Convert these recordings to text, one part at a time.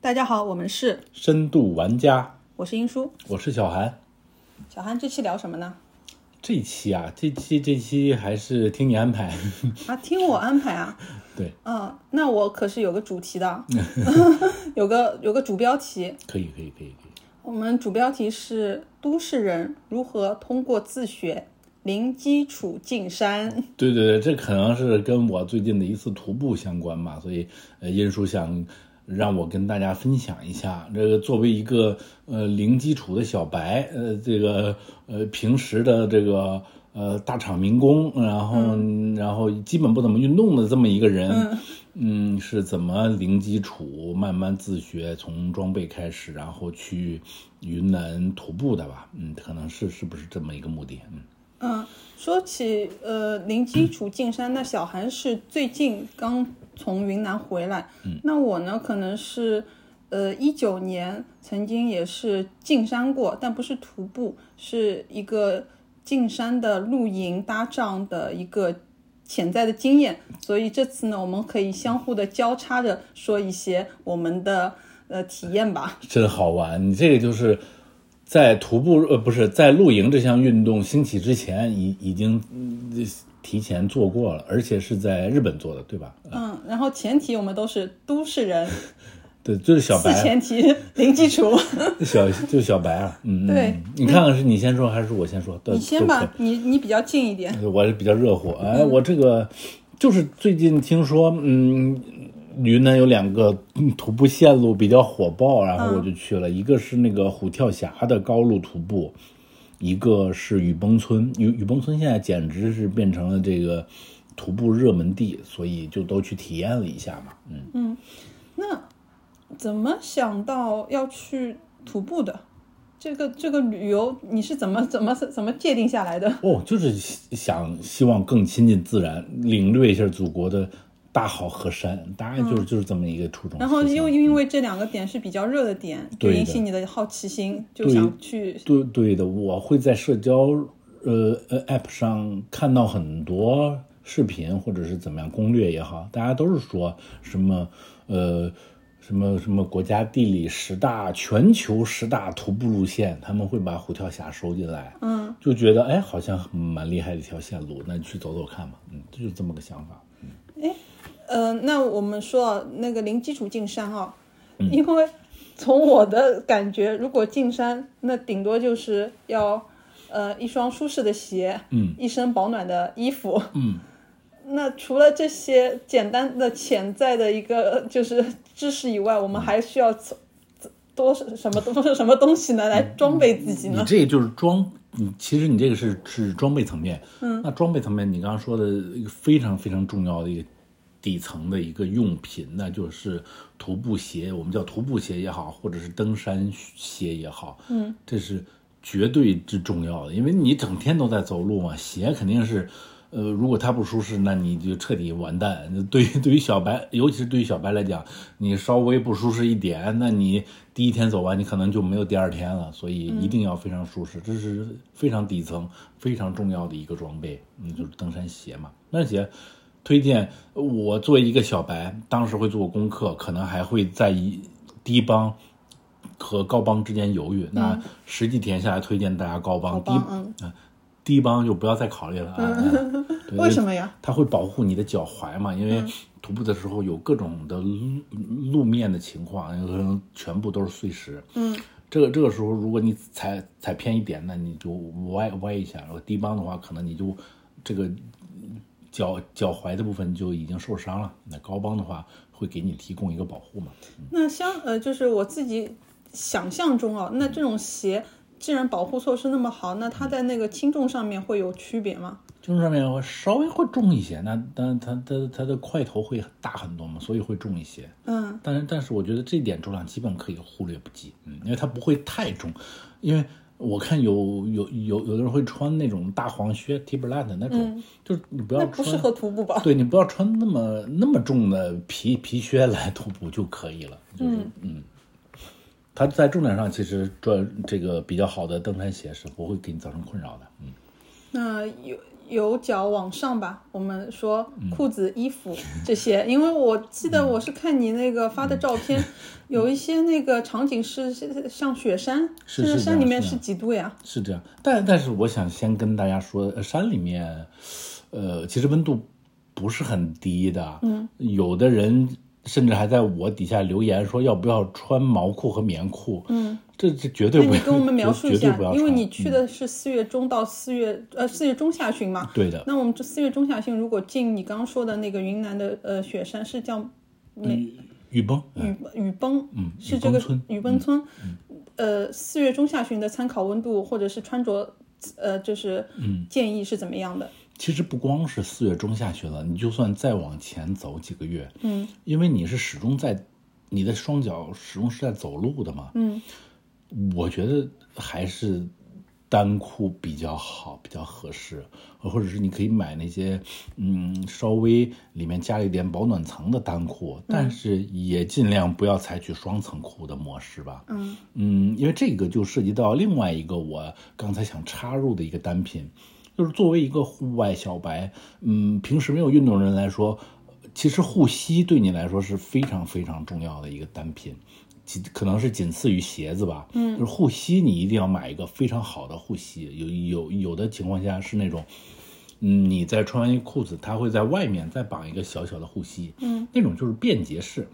大家好，我们是，深度玩家，我是英叔，我是小韩。小韩，这期聊什么呢？这期啊，这期这期还是听你安排。 啊，听我安排啊。对，嗯、那我可是有个主题的，有个有个主标题，可以，可以，可以，可以。我们主标题是都市人如何通过自学零基础进山。对对对，这可能是跟我最近的一次徒步相关吧，所以呃，殷叔想让我跟大家分享一下，这个作为一个呃零基础的小白，呃，这个呃平时的这个呃大厂民工，然后、然后基本不怎么运动的这么一个人。嗯，是怎么零基础慢慢自学，从装备开始，然后去云南徒步的吧？嗯，可能是是不是这么一个目的？嗯，嗯，说起呃零基础进山，那小韩是最近刚从云南回来，那我呢可能是呃一九年曾经也是进山过，但不是徒步，是一个进山的露营搭帐的一个。潜在的经验，所以这次呢，我们可以相互的交叉着说一些我们的呃体验吧。真好玩！你这个就是在徒步呃，不是在露营这项运动兴起之前，已已经、嗯提前做过了，而且是在日本做的，对吧？嗯，然后前提我们都是都市人，对，就是小四 白，啊前提零基础。小就是小白啊。嗯，对嗯，你看看是你先说还是我先说？都你先。呃都可以吧，你你比较近一点。我是比较热乎。嗯哎，我这个就是最近听说，嗯，云南有两个嗯徒步线路比较火爆，然嗯后我就去了，一个是那个虎跳峡的高路徒步，一个是雨崩村。雨雨崩村现在简直是变成了这个徒步热门地，所以就都去体验了一下嘛。嗯，那怎么想到要去徒步的？这个这个旅游你是怎么怎么怎么界定下来的？哦，就是希想希望更亲近自然，领略一下祖国的大好河山，大概就是、就是这么一个初衷。嗯然后思想又因为这两个点是比较热的点，就对的引起你的好奇心，就对想去对对的，我会在社交呃呃 app 上看到很多视频或者是怎么样攻略也好，大家都是说什么呃什么什么国家地理十大全球十大徒步路线，他们会把虎跳峡收进来，嗯，就觉得哎好像很蛮厉害的一条线路，那去走走看吧，嗯，就是这么个想法。呃，那我们说啊那个零基础进山啊、嗯因为从我的感觉，如果进山，那顶多就是要呃一双舒适的鞋，嗯，一身保暖的衣服，嗯。那除了这些简单的潜在的一个就是知识以外，我们还需要从多是什么多是什么东西呢？来装备自己你呢？这个就是装，你其实你这个是是装备层面。嗯，那装备层面，你刚刚说的一个非常非常重要的一个底层的一个用品，那就是徒步鞋，我们叫徒步鞋也好，或者是登山鞋也好，嗯，这是绝对之重要的，因为你整天都在走路嘛，鞋肯定是。呃，如果它不舒适，那你就彻底完蛋。对于对于小白，尤其是对于小白来讲，你稍微不舒适一点，那你第一天走完，你可能就没有第二天了。所以一定要非常舒适，这是非常底层、非常重要的一个装备，嗯，就是登山鞋嘛。而且推荐我作为一个小白，当时会做功课，可能还会在一低帮。和高帮之间犹豫，那实际体验下来，推荐大家嗯高帮，好低吧，嗯，低帮就不要再考虑了啊。嗯对为什么嗯呀？它会保护你的脚踝嘛，因为徒步的时候有各种的路路面的情况，有可能全部都是碎石。嗯，这个这个时候如果你踩踩偏一点，那你就歪歪一下；然后低帮的话，可能你就这个脚脚踝的部分就已经受伤了。那高帮的话会给你提供一个保护嘛。那相呃，就是我自己想象中啊，那这种鞋既然保护措施那么好，那它在那个轻重上面会有区别吗？就是上面会稍微会重一些，那但它它它的块头会大很多嘛，所以会重一些。嗯，但是但是我觉得这点重量基本可以忽略不计，嗯，因为它不会太重，因为我看有有有有的人会穿那种大黄靴 Timberland 那种，就是你不要嗯那穿，不哦适合徒步吧？对你不要穿那么那么重的皮皮靴来徒步就可以了，就是嗯。它在重点上其实专这个比较好的登山鞋是不会给你造成困扰的，嗯，那有由脚往上吧，我们说嗯裤子、衣服这些，因为我记得我是看你那个发嗯的照 片，有一些那个场景是是像雪山，是这是这山样里面是是几度呀？是这样，但但是我想先跟大家说，呃山里面，呃，其实温度不是很低的，嗯，有的人甚至还在我底下留言说要不要穿毛裤和棉裤，嗯，这这绝对那不你要，跟我们描述一 绝对下不要，因为穿你去的是四月中到四月呃四月中下旬嘛。对的，那我们这四月中下旬如果进你刚刚说的那个云南的呃雪山，是叫雨雨崩，嗯雨雨崩，嗯是雨这崩个村嗯雨崩村，呃，四月中下旬的参考温度或者是穿着，呃，就是嗯建议是怎么样的？其实不光是四月中下旬了，你就算再往前走几个月，嗯，因为你是始终在，你的双脚始终是在走路的嘛，嗯，我觉得还是单裤比较好，比较合适，或者是你可以买那些，嗯，稍微里面加了一点保暖层的单裤，但是也尽量不要采取双层裤的模式吧，嗯嗯，因为这个就涉及到另外一个我刚才想插入的一个单品。就是作为一个户外小白，嗯，平时没有运动的人来说，呃其实护膝对你来说是非常非常重要的一个单品，仅可能是仅次于鞋子吧。嗯，就是护膝，你一定要买一个非常好的护膝。有有有的情况下是那种，嗯，你在穿完一裤子，它会在外面再绑一个小小的护膝。嗯，那种就是便捷式。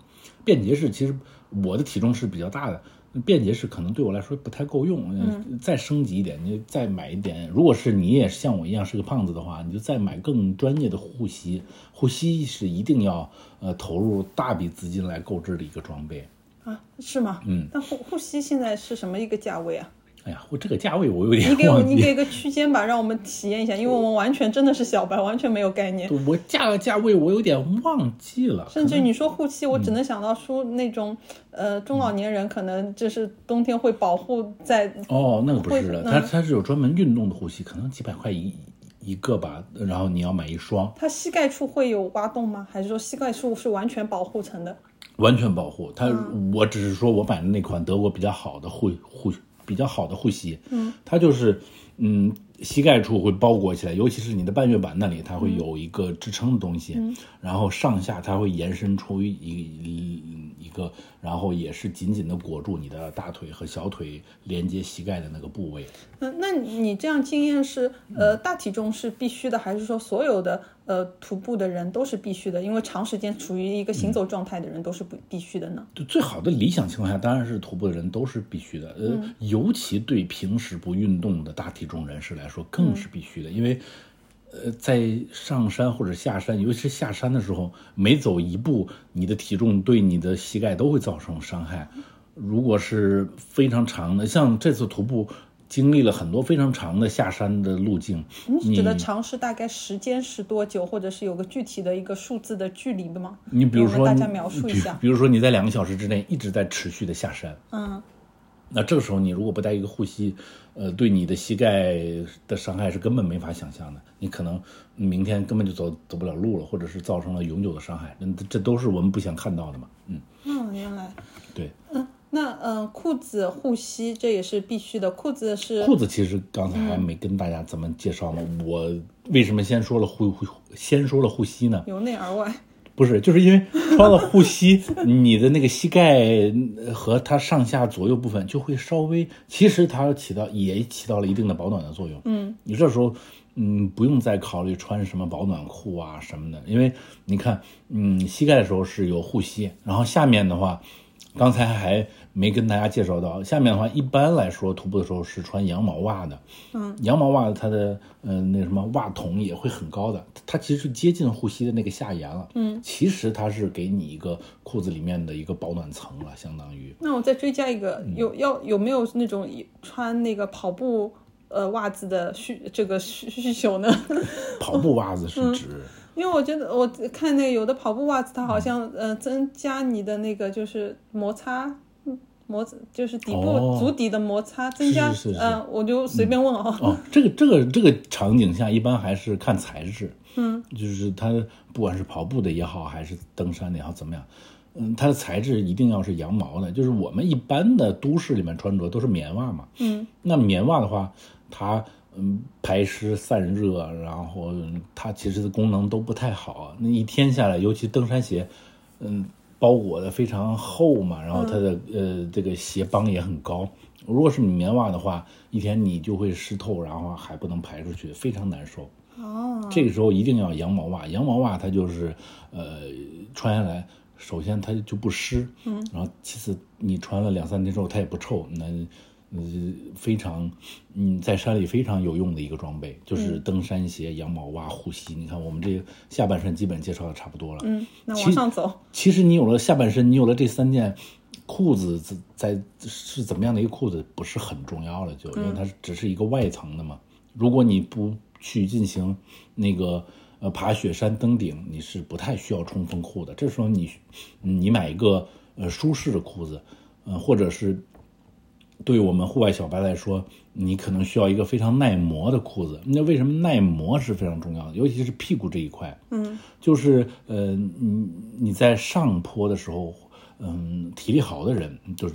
便捷式其实我的体重是比较大的，便捷式可能对我来说不太够用。嗯，再升级一点，你再买一点。如果是你也像我一样是个胖子的话，你就再买更专业的护膝。护膝是一定要呃投入大笔资金来购置的一个装备。啊，是吗？嗯。那护护膝现在是什么一个价位 啊？哎呀，我这个价位我有点你给我忘你记。给个区间吧，让我们体验一下，因为我们完全真的是小白，完全没有概念。我价价位我有点忘记了，甚至你说护膝，嗯我只能想到说那种，呃，中老年人可能就是冬天会保护在哦，那个不是的，会它它是有专门运动的护膝，可能几百块一一个吧，然后你要买一双，它膝盖处会有挖洞吗？还是说膝盖处是完全保护层的？完全保护它。我只是说我买的那款德国比较好的护护比较好的护膝，嗯，它就是嗯膝盖处会包裹起来，尤其是你的半月板那里，它会有一个支撑的东西，然后上下它会延伸出一一一个，然后也是紧紧的裹住你的大腿和小腿连接膝盖的那个部位。嗯，那你这样经验是，呃，大体重是必须的，还是说所有的呃徒步的人都是必须的？因为长时间处于一个行走状态的人都是不必须的呢？就最好的理想情况下，当然是徒步的人都是必须的，呃，尤其对平时不运动的大体重人士来说更是必须的，因为，呃，在上山或者下山，尤其是下山的时候，每走一步，你的体重对你的膝盖都会造成伤害。如果是非常长的，像这次徒步经历了很多非常长的下山的路径，你指的长是大概时间是多久，或者是有个具体的一个数字的距离的吗？你比如说，我们大家描述一下比比如说你在两个小时之内一直在持续的下山，嗯，那这个时候你如果不带一个护膝，呃，对你的膝盖的伤害是根本没法想象的。你可能明天根本就走走不了路了，或者是造成了永久的伤害，嗯这这都是我们不想看到的嘛。嗯，嗯，原来，对，嗯，那嗯、呃裤子、护膝这也是必须的，裤子是裤子其实刚才还嗯没跟大家怎么介绍嘛，我为什么先说了护护，先说了护膝呢？由内而外。不是，就是因为穿了护膝， 你的那个膝盖呃和它上下左右部分就会稍微，其实它起到也起到了一定的保暖的作用。嗯，你这时候，嗯，不用再考虑穿什么保暖裤啊什么的，因为你看，嗯，膝盖的时候是有护膝，然后下面的话，刚才还没跟大家介绍到，下面的话一般来说徒步的时候是穿羊毛袜的。嗯，羊毛袜它的呃那什么袜筒也会很高的，它其实是接近护膝的那个下沿了。嗯，其实它是给你一个裤子里面的一个保暖层了，相当于。那我再追加一个，嗯有要有没有那种穿那个跑步呃袜子的需这个需需求呢？ 跑步袜子是指、因为我觉得我看那个有的跑步袜子，它嗯好像呃增加你的那个就是摩擦。嗯摩就是底部、哦足底的摩擦增加，是是是呃，我就随便问哦，哦，这个这个这个场景下一般还是看材质，嗯，就是它不管是跑步的也好，还是登山的也好，怎么样，嗯，它的材质一定要是羊毛的，就是我们一般的都市里面穿着都是棉袜嘛，嗯，那棉袜的话，它嗯，排湿散热，然后它其实的功能都不太好。啊那一天下来，尤其登山鞋，嗯，包裹的非常厚嘛，然后它的、呃这个鞋帮也很高。如果是棉袜的话，一天你就会湿透，然后还不能排出去，非常难受。哦，这个时候一定要羊毛袜，羊毛袜它就是呃穿下来，首先它就不湿，嗯，然后其次你穿了两三天之后它也不臭，那嗯非常嗯在山里非常有用的一个装备，就是登山鞋、羊毛袜、护膝。你看我们这个下半身基本介绍的差不多了，嗯，那其往上走，其实你有了下半身，你有了这三件裤子在，在是怎么样的一个裤子不是很重要了，就因为它只是一个外层的嘛。如果你不去进行那个呃爬雪山登顶，你是不太需要冲锋裤的。这时候你嗯你买一个呃舒适的裤子，嗯、或者是对我们户外小白来说，你可能需要一个非常耐磨的裤子。那为什么耐磨是非常重要的？尤其是屁股这一块，嗯，就是呃，你你在上坡的时候，嗯，体力好的人就是。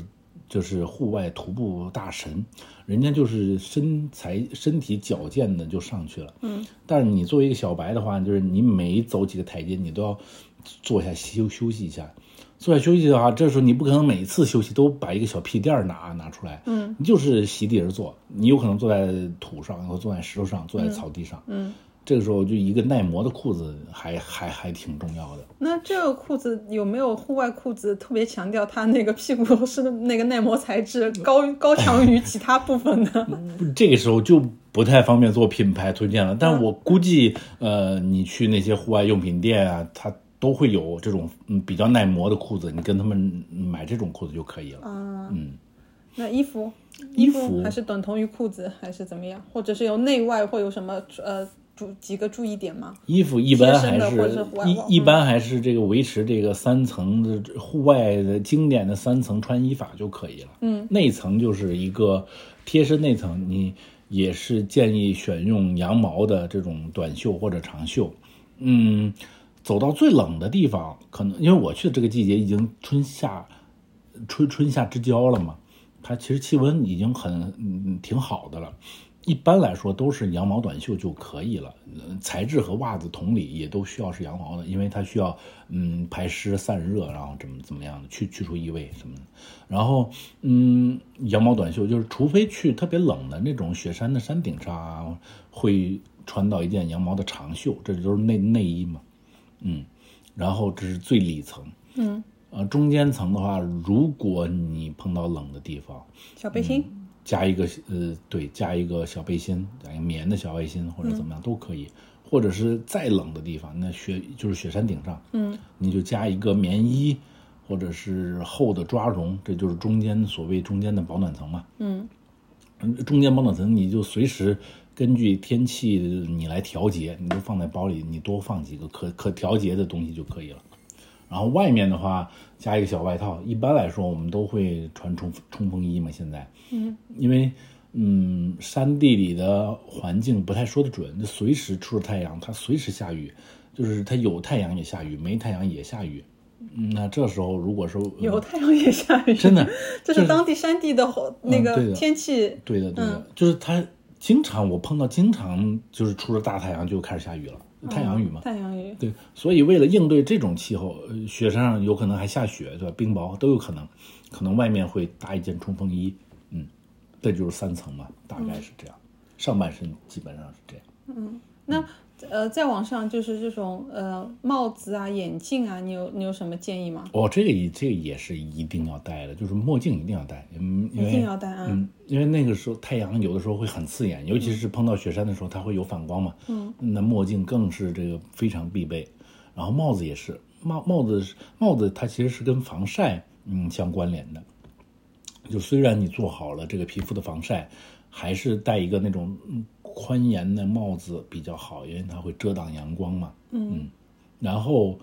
就是户外徒步大神，人家就是身材、身体矫健的就上去了。嗯，但是你作为一个小白的话，就是你每走几个台阶，你都要坐下休休息一下。坐下休息的话，这时候你不可能每次休息都把一个小屁垫儿拿拿出来，嗯，你就是席地而坐，你有可能坐在土上，或坐在石头上，坐在草地上，嗯，这个时候就一个耐磨的裤子还还还挺重要的。那这个裤子有没有户外裤子特别强调它那个屁股是那个耐磨材质高高强于其他部分 的？这个时候就不太方便做品牌推荐了，但我估计，呃，你去那些户外用品店啊，它都会有这种嗯比较耐磨的裤子，你跟他们买这种裤子就可以了。嗯，那衣服，衣服服还是等同于裤子，还是怎么样？或者是有内外会有什么呃注几个注意点吗？衣服一般贴身还的或是者是户外嗯袜一一般还是这个维持这个三层的户外的经典的三层穿衣法就可以了。嗯，内层就是一个贴身内层，你也是建议选用羊毛的这种短袖或者长袖。嗯，走到最冷的地方，可能因为我去的这个季节已经春夏春春夏之交了嘛，它其实气温已经很嗯挺好的了。一般来说都是羊毛短袖就可以了，呃材质和袜子同理也都需要是羊毛的，因为它需要嗯排湿散热，然后怎么怎么样的去去除异味什么的。然后嗯，羊毛短袖就是除非去特别冷的那种雪山的山顶上啊，会穿到一件羊毛的长袖，这就是内内衣嘛。嗯，然后这是最里层。嗯，呃，中间层的话，如果你碰到冷的地方，小背心，加一个呃，对，加一个小背心，加一个棉的小背心或者怎么样、都可以，或者是再冷的地方，那雪就是雪山顶上，嗯，你就加一个棉衣或者是厚的抓绒，这就是中间所谓中间的保暖层嘛，嗯嗯，中间保暖层你就随时根据天气你来调节，你就放在包里，你多放几个可可调节的东西就可以了。然后外面的话加一个小外套，一般来说我们都会穿冲冲锋衣嘛，现在，嗯，因为嗯山地里的环境不太说得准，就随时出了太阳，它随时下雨，就是它有太阳也下雨，没太阳也下雨。嗯那这时候如果说呃有太阳也下雨，真的，这就是是当地山地的那对个的天气。对的，对的，就是它经常我碰到，经常就是出了大太阳就开始下雨了，太阳雨嘛。太阳雨，对，所以为了应对这种气候，呃雪山上有可能还下雪，对吧？冰雹都有可能，可能外面会搭一件冲锋衣，嗯，这就是三层嘛，大概是这样，上半身基本上是这样。那呃，再往上就是这种呃帽子啊、眼镜啊，你有你有什么建议吗？哦，这个也这个也是一定要戴的，就是墨镜一定要戴，嗯，因一为定要戴啊！嗯嗯，因为那个时候太阳有的时候会很刺眼，尤其是碰到雪山的时候，它会有反光嘛。嗯，那墨镜更是这个非常必备，然后帽子也是，帽帽子是帽子它其实是跟防晒嗯相关联的，就虽然你做好了这个皮肤的防晒，还是戴一个那种嗯宽檐的帽子比较好，因为它会遮挡阳光嘛。嗯，然后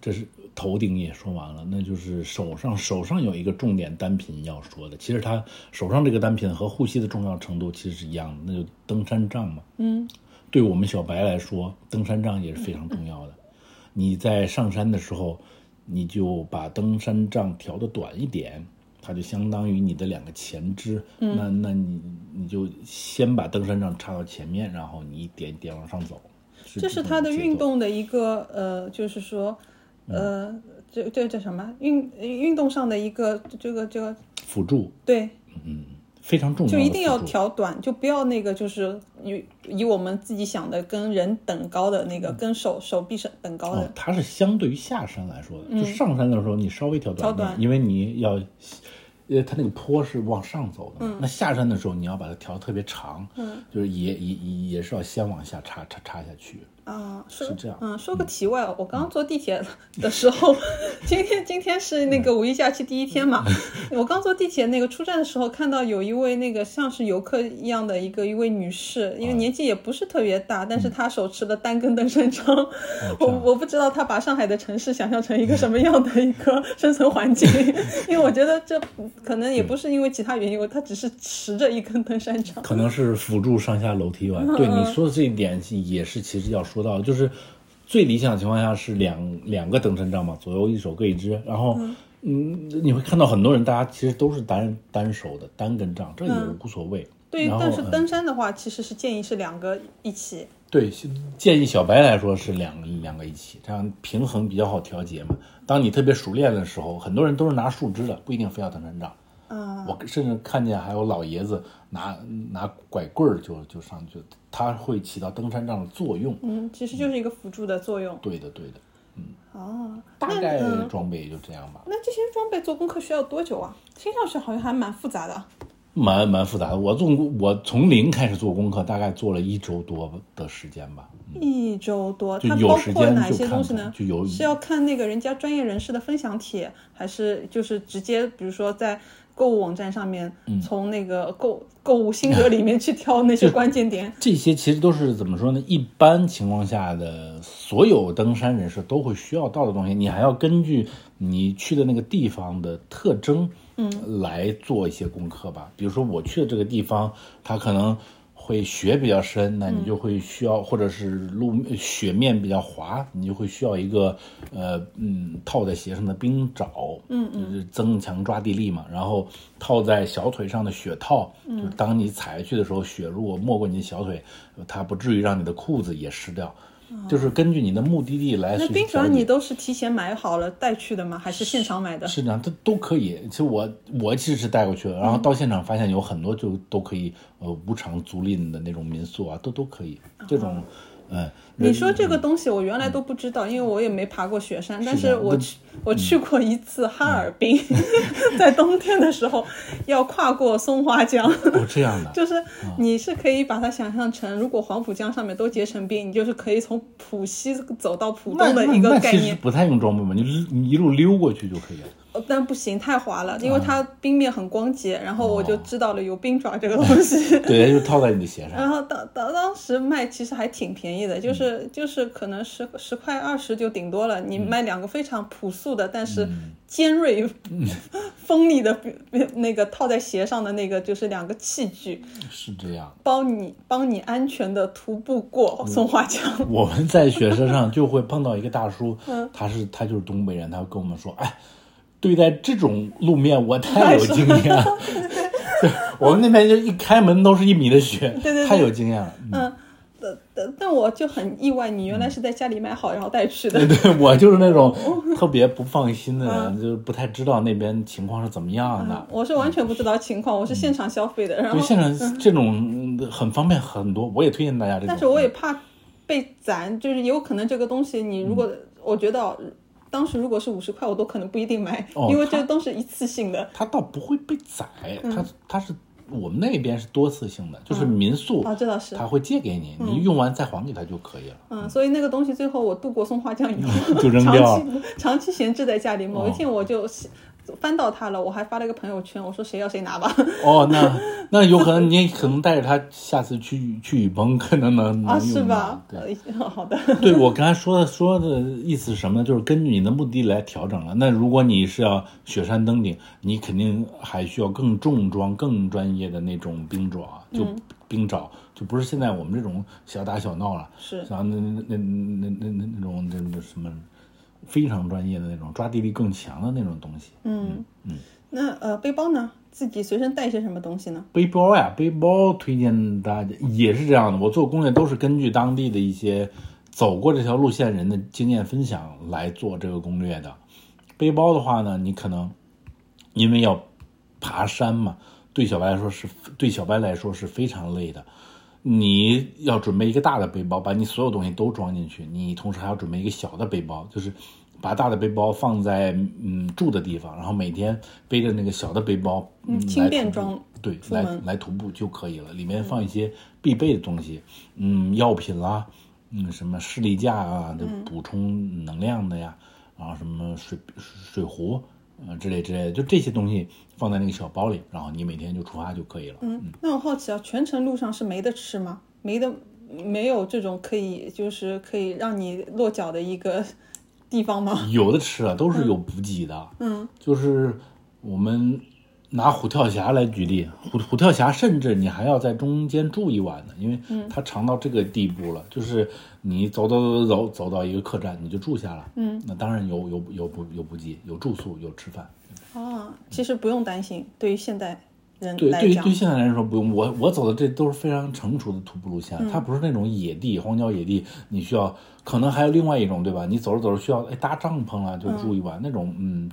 这是头顶也说完了，那就是手上手上有一个重点单品要说的，其实它手上这个单品和护膝的重要程度其实是一样的，那就登山杖嘛。嗯，对我们小白来说，登山杖也是非常重要的。你在上山的时候，你就把登山杖调的短一点，它就相当于你的两个前肢，嗯那那你你就先把登山杖插到前面，然后你一点一点往上走。这是它的节奏运动的一个呃，就是说，呃，这这这什么运运动上的一个这个这个辅助，对，嗯，非常重要就的一定要辅助调短，就不要那个就是以以我们自己想的跟人等高的那个，跟手手臂是等高嗯哦的，，嗯它是相对于下山来说的，就上山的时候你稍微调短一调点，短因为你要，呃，它那个坡是往上走的嘛。嗯那下山的时候你要把它调得特别长，嗯，就是也也也也是要先往下插插插下去。啊，说是这样嗯，说个题外，我刚刚坐地铁的时候， 今天今天是那嗯个五一假期第一天嘛，我刚坐地铁那个出站的时候，看到有一位那个像是游客一样的一个一位女士，啊因为年纪也不是特别大，但是她手持的单根登山杖，嗯 哦这我样嗯我不知道她把上海的城市想象成一个什么样的一个生存环境， 因为我觉得这可能也不是因为其他原因，我她只是持着一根登山杖，可能是辅助上下楼梯吧。 对你说的这一点也是，其实要说到，就是最理想的情况下是两两个登山杖嘛，左右一手各一只，然后。嗯你会看到很多人，大家其实都是单单手的单根杖，这也无所谓。嗯对，然后但是嗯登山的话，其实是建议是两个一起。对，建议小白来说是两两个一起，这样平衡比较好调节嘛。当你特别熟练的时候，很多人都是拿树枝的，不一定非要登山杖。嗯，我甚至看见还有老爷子拿拿拐棍儿就就上去，它会起到登山杖的作用。嗯，其实就是一个辅助的作用。对的，对的，哦，嗯大那概嗯装备也就这样吧，那这些装备做功课需要多久啊？听上去好像还蛮复杂的。蛮蛮复杂的。我从我从零开始做功课，大概做了一周多的时间吧。一周多，嗯就它有包时括间哪就些看东西看呢？就有是要看那个人家专业人士的分享帖，还是就是直接，比如说在购物网站上面，嗯从那个购购物心得里面去挑那些关键点？这些其实都是怎么说呢？一般情况下的所有登山人士都会需要到的东西，你还要根据你去的那个地方的特征，嗯，来做一些功课吧。比如说我去的这个地方，它可能会雪比较深，那你就会需要，或者是路雪面比较滑，你就会需要一个呃嗯套在鞋上的冰爪，嗯就是增强抓地力嘛。然后套在小腿上的雪套，嗯就是当你踩下去的时候，雪如果没过你的小腿，它不至于让你的裤子也湿掉。就是根据你的目的地来哦那随时冰调爪你节。都是提前买好了带去的吗？还是现场买的？是这样，它都可以。其实我我其实是带过去了，然后到现场发现有很多就都可以，呃，无偿租赁的那种民宿啊，都都可以。这种，哦嗯，你说这个东西，我原来都不知道，因为我也没爬过雪山。但是我那嗯去我去过一次哈尔 滨，在冬天的时候要跨过松花江， 哦这样的，就是你是可以把它想象成，如果黄浦江上面都结成冰，你就是可以从浦西走到浦那东的一那个那概其实念。不太用装备嘛，你你一路溜过去就可以了。呃但不行，太滑了，因为啊它冰面很光洁。然后我哦就知道了有冰爪这个东西。对，就套在你的鞋上。然后当当当时卖其实还挺便宜的，嗯就是就是可能十十块二十就顶多了。你嗯卖两个非常朴素的，但是尖锐、嗯锋利的呃那个套在鞋上的那个，就是两个器具， 是这样，帮你帮你安全的徒步嗯过松花江。我们在雪山上就会碰到一个大叔，嗯他是他就是东北人，他会跟我们说，哎，对待这种路面我太有经 验了。对，我们那边就一开门都是一米的雪， 对对对太有经 验了。嗯但但但我就很意外，你原来是在家里买好然后带去的对。对，我就是那种特别不放心的嗯人，就是不太知道那边情况是怎么样的。 我是完全不知道情况，我嗯是现场消费的，然对，后现场这种嗯很方便很多，我也推荐大家这种。但是我也怕被攒，就是有可能这个东西你如嗯果、我觉得哦当时如果是五十块，我都可能不一定买，哦因为这都是一次性的。它倒不会被宰，嗯它它是我们那边是多次性的，就是民宿，哦这倒是它会借给你，你用完再还给他就可以了。嗯，所以那个东西最后我度过松花江以后 ，就扔掉长期长期闲置在家里。某一天我就翻到它了，我还发了个朋友圈，我说谁要谁拿吧。哦，那那有可能你也可能带着他下次去去雨崩，可能能能 啊，用是到吧？嗯对。呃好的。对我刚才说的说的意思是什么呢？就是根据你的目的来调整了。那如果你是要雪山登顶，你肯定还需要更重装、更专业的那种冰爪，就冰爪，就不是现在我们这种小打小闹了。是像那那那那那那那种那那什么非常专业的那种抓地力更强的那种东西。嗯，那呃，背包呢？自己随身带一些什么东西呢？背包呀，背包推荐大家也是这样的。我做攻略都是根据当地的一些走过这条路线人的经验分享来做这个攻略的。背包的话呢，你可能因为要爬山嘛，对小白来说是对小白来说是非常累的。你要准备一个大的背包，把你所有东西都装进去。你同时还要准备一个小的背包，就是把大的背包放在嗯住的地方，然后每天背着那个小的背包，嗯，轻来便徒步装对，出来门来徒步就可以了。里面放一些必备的东西，嗯，药品啦，嗯，什么视力架啊，就嗯补充能量的呀，然后什么水水壶啊、呃之类之类的，就这些东西放在那个小包里，然后你每天就出发就可以了。嗯，那我好奇啊，全程路上是没得吃吗？没的，没有这种可以就是可以让你落脚的一个地方 吗？有的吃啊，都是有补给的。嗯，就是我们拿虎跳峡来举例，虎虎跳峡甚至你还要在中间住一晚呢，因为它长到这个地步了，就是你走走走走走到一个客栈，你就住下了。嗯，那当然有有有补有补给，有住宿，有吃饭。啊，其实不用担心，对于现代人对，来对于讲 对，现在人来说不用，我我走的这都是非常成熟的徒步路线，嗯它不是那种野地、荒郊野地，你需要可能还有另外一种对吧？你走着走着需要哎搭帐篷了就住一晚、那种，嗯，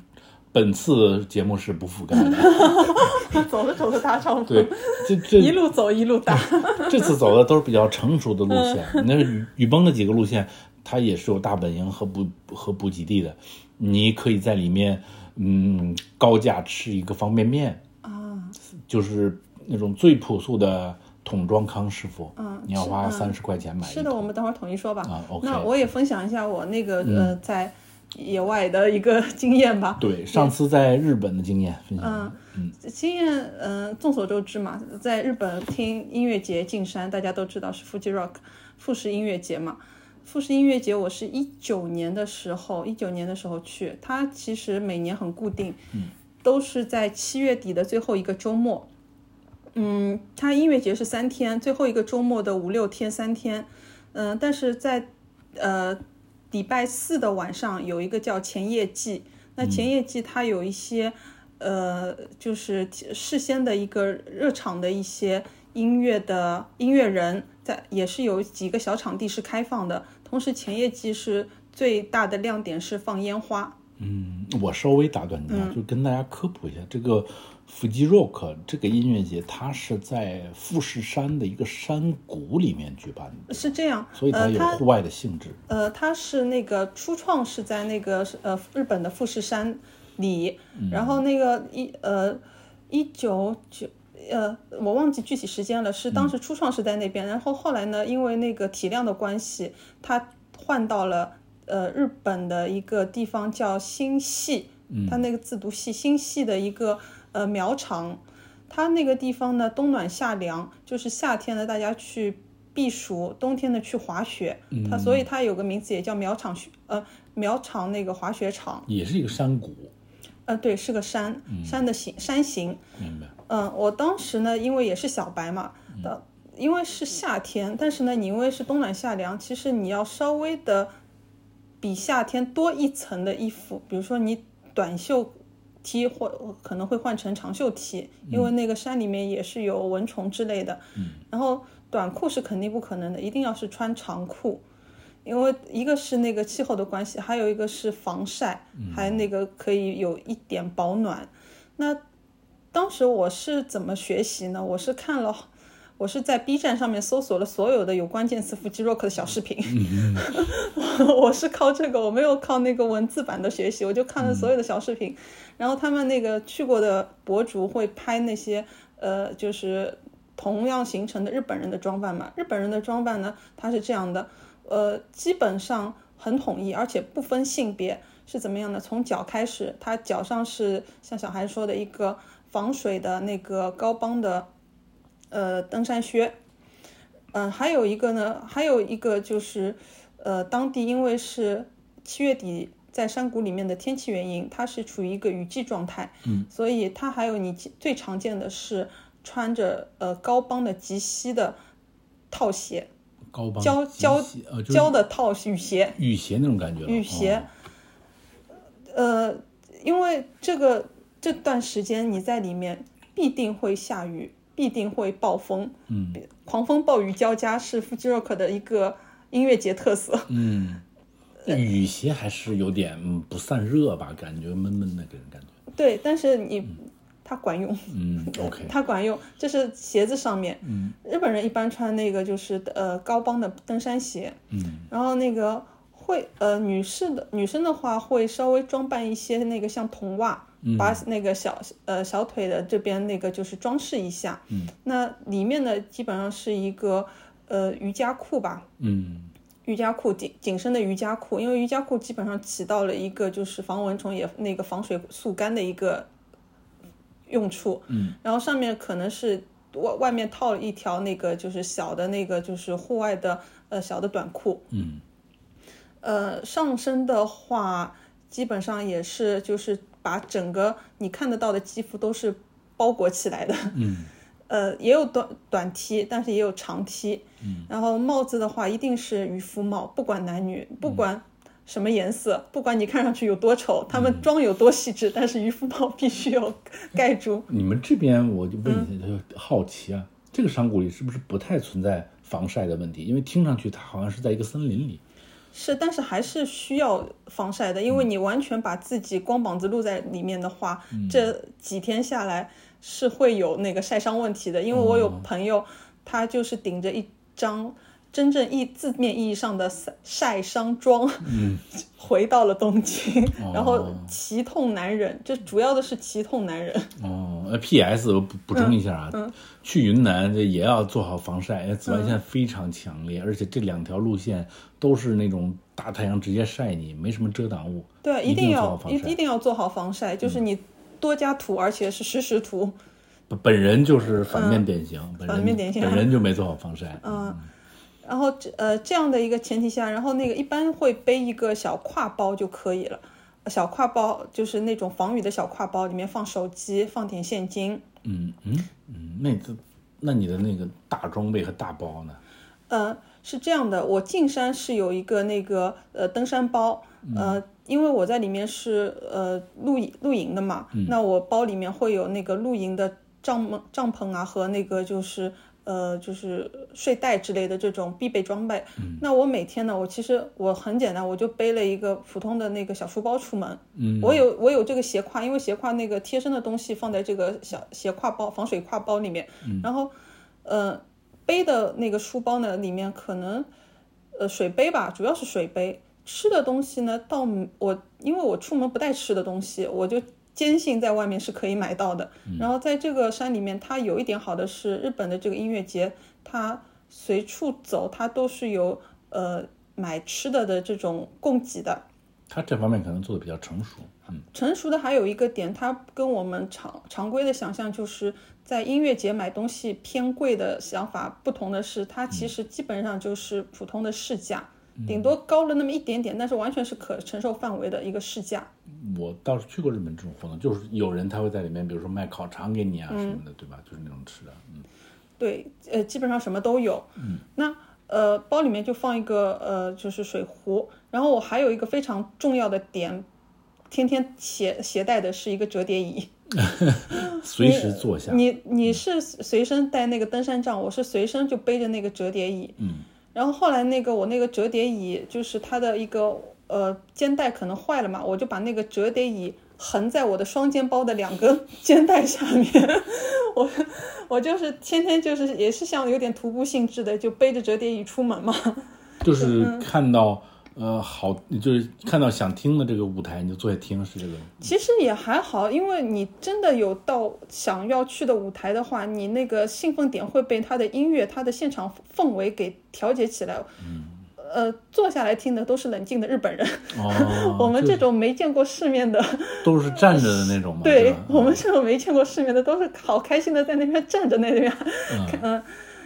本次节目是不覆盖 的。走着走着搭帐对篷，，这一这路走一路搭。 这次走的都是比较成熟的路线，嗯那雨雨崩的几个路线，它也是有大本营和补和补给地的，你可以在里面嗯高价吃一个方便面。啊，就是那种最朴素的桶装康师傅，嗯你要是花嗯三十块钱买一是的，桶我们等会儿统一说吧。啊，OK 嗯那我也分享一下我那个、呃在野外的一个经验吧。对，上次在日本的经验分享，嗯，经验，嗯、众所周知嘛，在日本听音乐节进山，大家都知道是 Fuji Rock 富士音乐节嘛。富士音乐节，我是一九年的时候，一九年的时候去，它其实每年很固定，都是在七月底的最后一个周末。嗯，它音乐节是三天，最后一个周末的五六天三天。嗯、但是在呃礼拜四的晚上有一个叫前夜祭，那嗯前夜祭它有一些呃，就是事先的一个热场的一些音乐的音乐人在，也是有几个小场地是开放的。同时，前夜祭是最大的亮点是放烟花，嗯，我稍微打断你嗯啊，就跟大家科普一下，这个腹肌 rock 这个音乐节，它是在富士山的一个山谷里面举办的，是这样。所以它呃，有它户外的性质。呃，它是那个初创是在那个呃日本的富士山里，然后那个一呃一九九呃我忘记具体时间了，是当时初创是在那边，然后后来呢，因为那个体量的关系，它换到了呃日本的一个地方叫新系，它那个字读系新系的一个呃苗场，它那个地方呢，冬暖夏凉，就是夏天呢大家去避暑，冬天呢去滑雪。它所以它有个名字也叫苗场雪，呃，苗场那个滑雪场，也是一个山谷，呃，对，是个山，山的形山形。明白？嗯，我当时呢，因为也是小白嘛，的、因为是夏天，但是呢，你因为是冬暖夏凉，其实你要稍微的比夏天多一层的衣服，比如说你短袖 T 或可能会换成长袖 T，因为那个山里面也是有蚊虫之类的。然后短裤是肯定不可能的，一定要是穿长裤。因为一个是那个气候的关系，还有一个是防晒，还那个可以有一点保暖。那当时我是怎么学习呢？我是看了，我是在 B 站上面搜索了所有的有关键词腹肌 rock 的小视频，我 我是靠这个，我没有靠那个文字版的学习，我就看了所有的小视频，然后他们那个去过的博主会拍那些呃，就是同样行程的日本人的装扮嘛。日本人的装扮呢，它是这样的，呃，基本上很统一，而且不分性别，是怎么样的？从脚开始，它脚上是像小韩说的一个防水的那个高帮的呃登山靴，嗯、还有一个呢，还有一个就是呃，当地因为是七月底。在山谷里面的天气原因，它是处于一个雨季状态，嗯，所以它还有你最常见的是穿着呃高帮的及膝的套鞋，高帮胶机胶械呃，就是胶的套雨鞋，哦呃雨鞋那种感觉了。雨鞋哦呃，因为这个这段时间你在里面必定会下雨，必定会暴风，嗯狂风暴雨交加是 Fuji Rock 的一个音乐节特色。嗯，雨鞋还是有点嗯不散热吧，感觉闷闷的给人感觉。对，但是你它管用，嗯，OK，它管用，这是鞋子上面。嗯日本人一般穿那个就是呃高帮的登山鞋，嗯然后那个会呃女士的女生的话会稍微装扮一些那个像童袜，嗯把那个小呃小腿的这边那个就是装饰一下。嗯，那里面的基本上是一个呃瑜伽裤吧，嗯瑜伽裤紧紧身的瑜伽裤，因为瑜伽裤基本上起到了一个就是防蚊虫也那个防水速干的一个用处。嗯，然后上面可能是外外面套了一条那个就是小的那个就是户外的呃小的短裤，嗯呃上身的话基本上也是就是把整个你看得到的肌肤都是包裹起来的。嗯 呃，也有短短 T，但是也有长 T。嗯，然后帽子的话，一定是渔夫帽，不管男女，嗯不管什么颜色，不管你看上去有多丑，他嗯们妆有多细致，但是渔夫帽必须要 盖住。你们这边我就问一下，嗯就好奇啊，这个山谷里是不是不太存在防晒的问题？因为听上去它好像是在一个森林里。是，但是还是需要防晒的，因嗯为你完全把自己光膀子露在里面的话，这几天下来是会有那个晒伤问题的。因为我有哦朋友，他就是顶着一张真正意字面意义上的晒晒伤妆，嗯 回到了东京，哦然后奇痛难忍，这主要的是奇痛难忍。 哦，呃，P.S. 我补补充一下啊，嗯去云南这也要做好防晒，哎紫外线非常强烈，而且这两条路线都是那种大太阳直接晒你，没什么遮挡物。对，一定做好要防一晒。嗯定要做好防晒，就是你多加涂，而且是实时涂。本本人就是反面典型，本人嗯反面典型本人就没做好防晒。嗯然后这呃这样的一个前提下，然后那个一般会背一个小挎包就可以了，小挎包就是那种防雨的小挎包，里面放手机，放点现金。嗯嗯嗯，那这那你的那个大装备和大包呢？呃，是这样的，我进山是有一个那个呃登山包，呃，因为我在里面是呃露营露营的嘛，那我包里面会有那个露营的帐篷帐篷啊和那个就是。呃，就是睡袋之类的这种必备装备。那我每天呢，我其实我很简单，我就背了一个普通的那个小书包出门。嗯我有我有这个斜挎，因为斜挎那个贴身的东西放在这个小斜挎包防水挎包里面，然后呃背的那个书包呢里面可能呃水杯吧，主要是水杯。吃的东西呢，到我因为我出门不带吃的东西，我就坚信在外面是可以买到的。然后在这个山里面，它有一点好的是日本的这个音乐节，它随处走它都是有呃买吃的的这种供给的。他这方面可能做的比较成熟。嗯成熟的还有一个点，它跟我们常常规的想象就是在音乐节买东西偏贵的想法不同的是，它其实基本上就是普通的市价，顶多高了那么一点点，但是完全是可承受范围的一个市价。我倒是去过日本这种活动，就是有人他会在里面，比如说卖烤肠给嗯你啊什么的，对吧？就是那种吃的。嗯对，呃，基本上什么都有。嗯，那呃，包里面就放一个呃，就是水壶。然后我还有一个非常重要的点，天天携携带的是一个折叠椅。随时坐下。嗯你你是随身带那个登山杖，我是随身就背着那个折叠椅。嗯然后后来那个我那个折叠椅就是它的一个呃肩带可能坏了嘛，我就把那个折叠椅横在我的双肩包的两个 肩带下面。 我我就是天天就是也是像有点徒步性质的，就背着折叠椅出门嘛。就是嗯看到呃好，就是看到想听的这个舞台，你就坐下听，是这 个。其实也还好，因为你真的有到想要去的舞台的话，你那个兴奋点会被它的音乐、它的现场氛围给调节起来。嗯呃，坐下来听的都是冷静的日本人，， 哦我们就这种没见过世面的，都是站着的那种嘛。对吧我们这种没见过世面的，都是好开心的在那边站着那边。 嗯，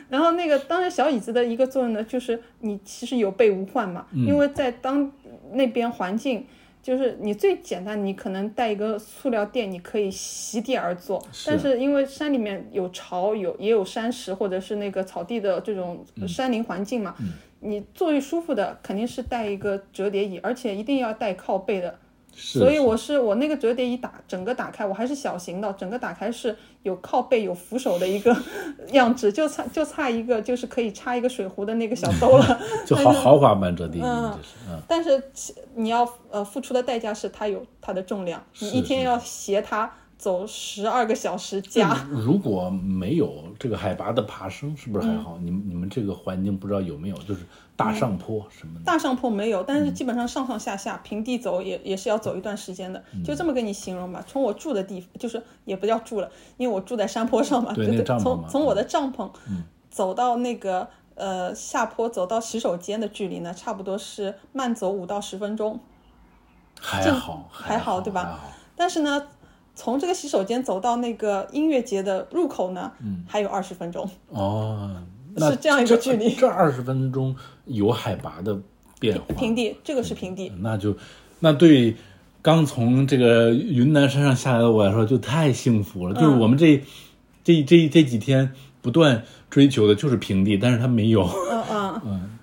然后那个当然小椅子的一个作用呢，就是你其实有备无患嘛，因为在当那边环境。就是你最简单，你可能带一个塑料垫，你可以席地而坐。是但是因为山里面有潮，有也有山石或者是那个草地的这种呃山林环境嘛，你坐一舒服的肯定是带一个折叠椅，而且一定要带靠背的，是所以我是我那个折叠椅打整个打开，我还是小型的，整个打开是有靠背有扶手的一个 样子，就差就差一个就是可以插一个水壶的那个小兜了。 就豪豪华版折叠椅，这是嗯。 但是其你要呃付出的代价是它有它的重量，你是一天是嗯要斜它走十二个小时加。啊如果没有这个海拔的爬升，是不是还好？嗯你们你们这个环境不知道有没有，就是大上坡什么的。大上坡没有，嗯但是基本上上上下下平地走也也是要走一段时间的，嗯就这么跟你形容吧。从我住的地方，就是也不叫住了，因为我住在山坡上嘛，对就那个帐篷嘛从从嗯我的帐篷走到那个呃下坡走到洗手间的距离呢，差不多是慢走五到十分钟。还这好，还好好，对吧还好但是呢，从这个洗手间走到那个音乐节的入口呢，嗯还有二十分钟。哦，那是这样一个距离这二十分钟有海拔的变化，平地，这个是平地，那就那对刚从这个云南山上下来的我来说就太幸福了。就是嗯我们这这这这几天不断追求的就是平地，但是它没有，嗯嗯，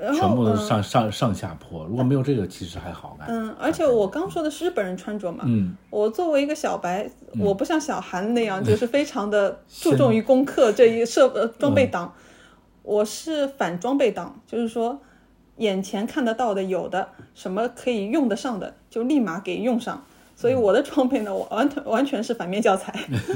然全部后都嗯。上上上下坡。如果没有这个，其实还好哎。嗯，而且我刚说的是日本人穿着嘛，嗯，我作为一个小白，我不像小韩那样，就是非常的注重于功课这一设呃装备党，我是反装备党，就是说眼前看得到的有的什么可以用得上的，就立马给用上。所以我的装备呢，我完全完全是反面教材。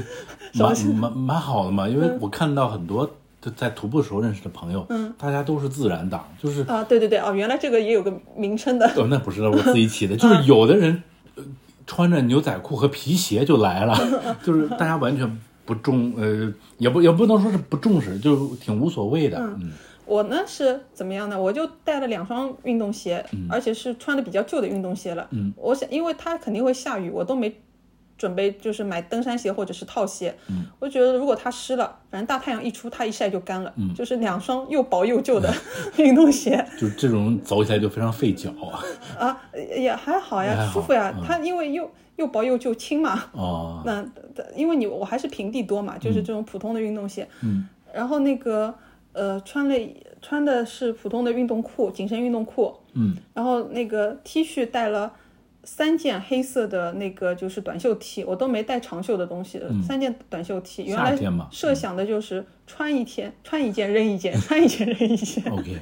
蛮蛮蛮好的嘛，因为嗯我看到很多就在徒步时候认识的朋友，嗯，大家都是自然党，就是啊，对对对，哦，原来这个也有个名称的。哦，那不是那我自己起的，就是嗯有的人、呃穿着牛仔裤和皮鞋就 来了，就是大家完全不重，呃，也不也不能说是不重视，就是挺无所谓的，嗯，我呢是怎么样呢？我就带了两双运动鞋，而且是穿的比较旧的运动鞋了。嗯，我想，因为它肯定会下雨，我都没准备就是买登山鞋或者是套鞋。嗯，我觉得如果它湿了，反正大太阳一出，它一晒就干了。嗯，就是两双又薄又旧的 运动鞋就是这种走起来就非常费脚，啊，也也还好也呀，还好舒服呀。它因为又又薄又旧，轻嘛。哦，那呃因为你我还是平地多嘛，就是这种普通的运动鞋。嗯。然后那个呃，穿了穿的是普通的运动裤，紧身运动裤。嗯。然后那个 T 恤带了。三件黑色的那个就是短袖 T，我都没带长袖的东西。三件短袖 T，原嗯夏来天嘛嗯设想的就是穿一天，穿一件扔一件，穿一件扔一件。 OK，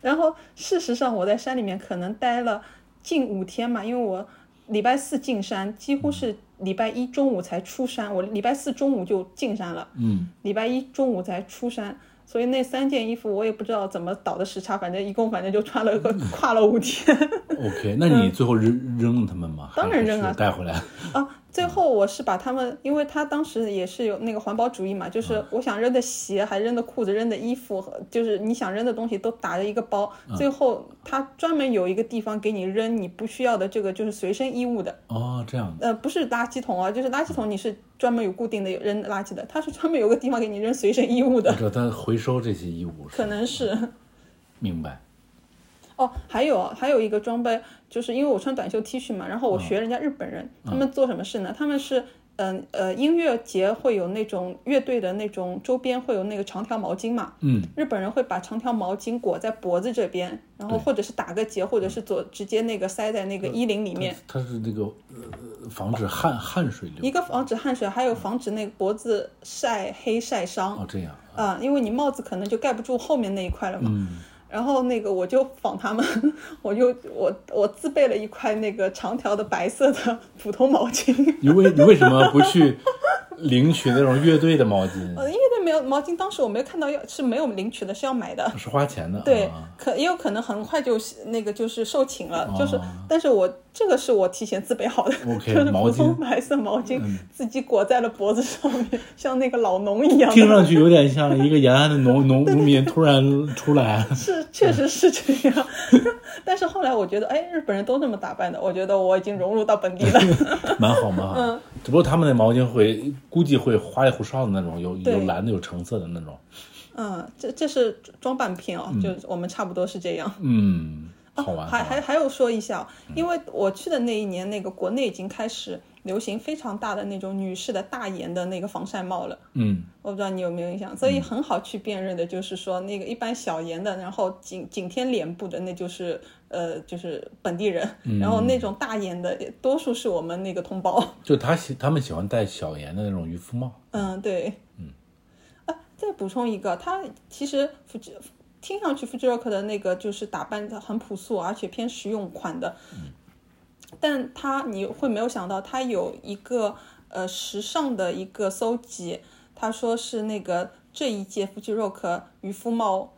然后事实上，我在山里面可能待了近五天嘛，因为我礼拜四进山，几乎是礼拜一中午才出山，我礼拜四中午就进山了，嗯，礼拜一中午才出山，所以那三件衣服我也不知道怎么倒的时差，反正一共反正就穿了个跨了五天 OK，那你最后扔扔了他们吗？嗯当然扔啊还是带回来。啊。最后我是把他们，因为他当时也是有那个环保主义嘛，就是我想扔的鞋，还扔的裤子，扔的衣服，和就是你想扔的东西都打了一个包。最后他专门有一个地方给你扔你不需要的这个就是随身衣物的。哦，这样呃，不是垃圾桶啊，就是垃圾桶，你是专门有固定的有扔垃圾的，它是专门有个地方给你扔随身衣物我的，知道他回收这些衣物是，可能是。明白。哦，还有还有一个装备，就是因为我穿短袖 T 恤嘛，然后我学人家日本人，他们做什么事呢？他们是。嗯呃，音乐节会有那种乐队的那种周边，会有那个长条毛巾嘛。嗯，日本人会把长条毛巾裹在脖子这边，然后或者是打个结，或者是左直接那个塞在那个衣领里面。它是那个呃防止汗汗水流一个防止汗水，还有防止那个脖子晒黑晒伤。哦，这样啊、因为你帽子可能就盖不住后面那一块了嘛。嗯然后那个我就仿他们， 我就我我自备了一块那个长条的白色的普通毛巾， 你为你为什么不去领取那种乐队的毛 巾？呃，因为那没有毛巾，当时我没有看到要是没有领取的，是要买的。是花钱的，对啊，可也有可能很快就那个就是售罄了，就是，但是我这个是我提前自备好的 OK，就是毛普巾嗯通白色毛巾，自己裹在了脖子上面，像那个老农一样的。 听上去有点像一个延安的农 农农民突然出来，是，确实是这样。 但是后来我觉得，哎，日本人都这么打扮的，我觉得我已经融入到本地 了。蛮好蛮好。嗯只不过他们那毛巾会估计会花里胡哨的那种，有有对蓝的有橙色的那种。嗯，这这是装扮片哦，就我们差不多是这样。嗯，好玩。嗯还好玩还还有说一下哦，因为我去的那一年，那个国内已经开始流行非常大的那种女士的大檐的那个防晒帽了，嗯，我不知道你有没有印象，所以很好去辨认的就是说那个一般小檐的，然后紧紧贴脸部的，那就是呃就是本地人，嗯然后那种大檐的多数是我们那个同胞。就他喜他们喜欢戴小檐的那种渔夫帽，嗯，对，嗯，啊，再补充一个，他其实福之听上去 f u j i r o k 的那个就是打扮的很朴素，而且偏实用款的，嗯但他你会没有想到，他有一个呃时尚的一个搜集，他说是那个这一届 f u j i r o k 渔夫帽。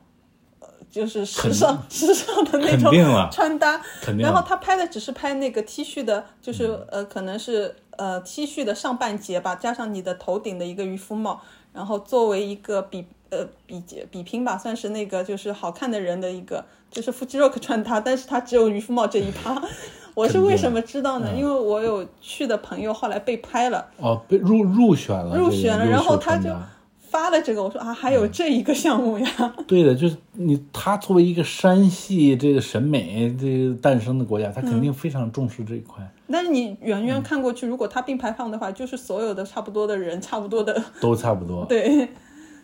呃就是时尚时尚的那肯种定了穿搭，肯定然后啊嗯他拍的只是拍那个 T 恤的，就是呃，可能是呃 T 恤的上半截吧，加上你的头顶的一个渔夫帽，然后作为一个比呃比比拼吧，算是那个就是好看的人的一个，就是 Fuji Rock 穿搭，但是他只有渔夫帽这一趴。 我是为什么知道啊嗯呢？因为我有去的朋友后来被拍了，哦，被入入选了，入这个选了优然后秀他传就达发了这个，我说啊，还有这一个项目呀。 对的，就是你他作为一个山系这个审美这个诞生的国家，他嗯肯定非常重视这一块，但是你远嗯远看过去，如果它并排放的话，就是所有的差不多的人，差不多的都差不多。对，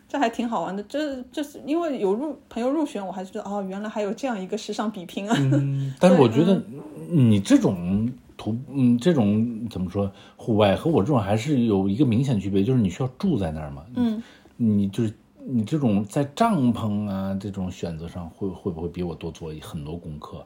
这还挺好玩的。这这是因为有入朋友入选，我还是知道哦，原来还有这样一个时尚比拼啊。嗯，但是我觉得你这种徒，嗯，这种怎么说，户外和我这种还是有一个明显区别，就是你需要住在那儿嘛。嗯，你就是你这种在帐篷啊这种选择上会会不会比我多做很多功课？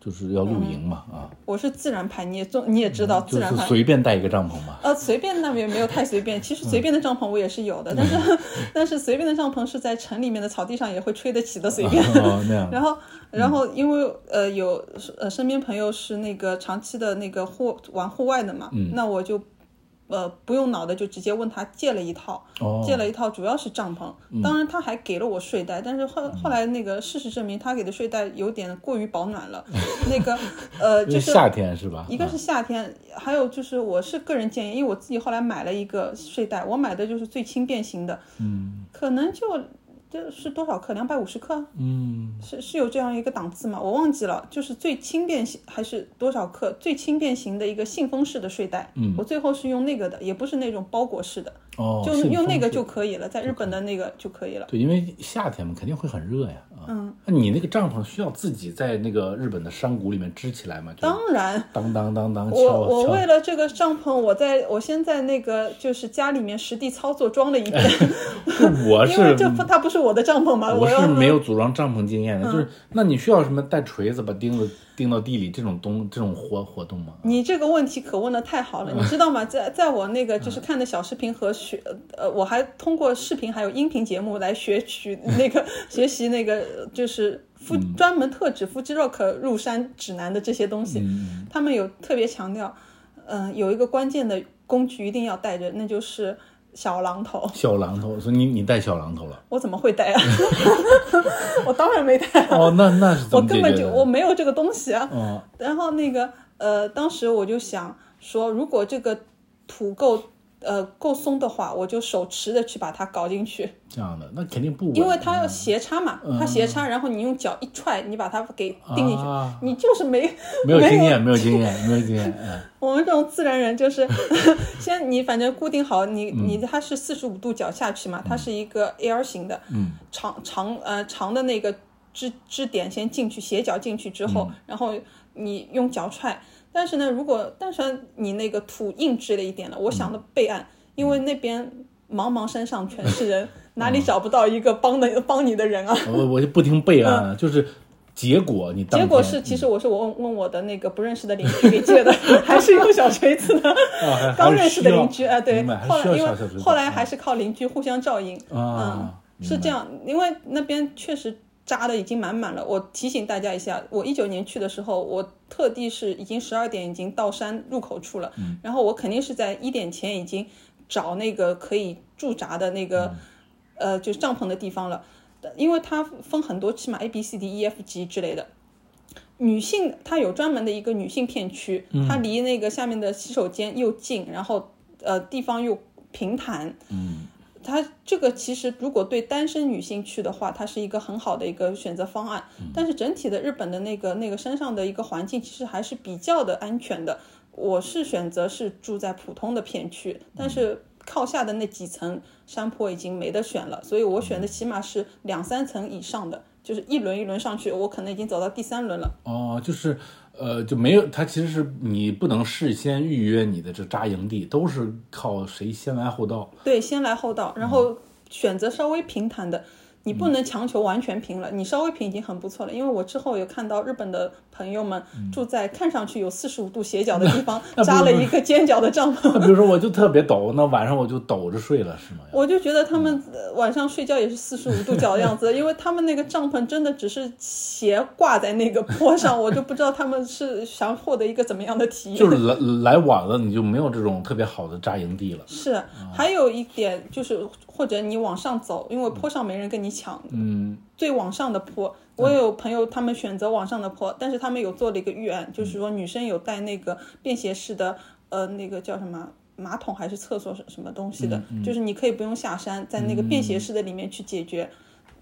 就是要露营嘛，啊， 我是自然派，你也中你也知道嗯自嗯就然是派。随嗯便带一个帐篷嘛。呃，随便那边没有太随便，其实随便的帐篷我也是有 的，但是 但是随便的帐篷是在城里面的草地上也会吹得起的随 便。哦，那样。然后，然后因为呃有呃身边朋友是那个长期的那个户玩户外的嘛，嗯那我就呃不用脑的就直接问他借了一套，哦嗯借了一套主要是帐篷，当然他还给了我睡袋，但是后后来那个事实证明他给的睡袋有点过于保 暖了，那个呃因 就为是夏天是吧？一个是夏天，还有就是我是个人建议，因为我自己后来买了一个睡袋，我买的就是最轻便型的，嗯，可能就这是多少克？两百五十克？嗯，是是有这样一个档次吗？我忘记了，就是最轻便型还是多少克？最轻便型的一个信封式的睡袋，嗯，我最后是用那个的，也不是那种包裹式的，哦，就信用封那个是就可以了，在日本的那个就可以了。对，因为夏天嘛，肯定会很热呀。啊、嗯，那你那个帐篷需要自己在那个日本的山谷里面支起来吗？就当然，当当当当敲我我敲为了这个帐篷，我在我先在那个就是家里面实地操作装了一遍，就我因为是这不它不是我的帐篷嘛，我要嗯是没有组装帐篷经验的，就是那你需要什么带锤子把钉子钉到地里这种东这种活活动吗？你这个问题可问的太好了，你知道吗？在在我那嗯个就是看的小视频和学，呃，我还通过视频还有音频节目来学取那 个学习那个呃就是夫嗯专门特指夫妻 rock 入山指南的这些东西，嗯他们有特别强调，嗯、有一个关键的工具一定要带着，那就是小榔头。小榔头，所以你你带小 榔头了？我怎么会 带啊？我当然没带啊，哦，那那是怎我么根解本决就我的？没有这个东西啊。哦，然后那个呃，当时我就想说，如果这个土够呃够松的话，我就手持的去把它搞进去，这样的那肯定不稳，因为它要斜插嘛，它斜插，然后你用脚一踹，你把它给钉进去，嗯啊你就是没没有经验，没有经验，没有经 验。嗯，我们这种自然人就是， 先你反正固定好你嗯你它是四十五度角下去嘛，它是一个 L 型的，嗯，长长呃长的那个支支点先进去，斜角进去之嗯后，然后你用脚踹。但是呢，如果但是你那个土硬质了一点了，我想的备案，因为那边茫茫山上全是嗯人，哪里找不到一个帮的 帮你的人啊？我我就不听备案了，就是结果你当结果天是，其实我是我问问我的那个不认识的邻居给借的， 还是用小锤子的。啊还刚还认识是的需要邻居，哎，对，明白还后是来需要因小小为时后来还是靠邻居互相照应，嗯啊，，是这样，因为那边确实扎的已经满满了。我提醒大家一下，我一九年去的时候，我特地是已经十二点已经到山入口处了，然后我肯定是在一点前已经找那个可以驻扎的那个、呃就是帐篷的地方了，因为它分很多期嘛，A B C D E F G 之类的。女性它有专门的一个女性片区，它离那个下面的洗手间又近，然后呃地方又平坦，嗯，它这个其实如果对单身女性去的话，它是一个很好的一个选择方案。但是整体的日本的那个那个山上的一个环境，其实还是比较的安全的。我是选择是住在普通的片区，但是靠下的那几层山坡已经没得选了，所以我选的起码是两三层以上的，就是一轮一轮上去，我可能已经走到第三轮了。哦，就是呃，就没有，它其实是你不能事先预约你的这扎营地，都是靠谁先来后到。 对，先来后到，然嗯后选择稍微平坦的。你不能强求完全平了，你稍微平已经很不错了。因为我之后有看到日本的朋友们住在看上去有四十五度斜角的地方，嗯那不哎扎了一个尖角的帐篷。那比如说我就特别抖，那晚上我就抖着睡了，是吗？我就觉得他嗯们呃晚上睡觉也是四十五度角的样子，因为他们那个帐篷真的只是斜挂在那个坡上，我就不知道他们是想获得一个怎么样的体验。就是来来晚了，你就没有这种特别好的扎营地了。啊是，还有一点就是，或者你往上走，因为坡上没人跟你抢。嗯，最往上的坡，我有朋友他们选择往上的坡，但是他们有做了一个预案，就是说女生有带那个便携式的，呃，那个叫什么马桶还是厕所什什么东西的，嗯就是你可以不用下山，在那个便携式的里面去解决。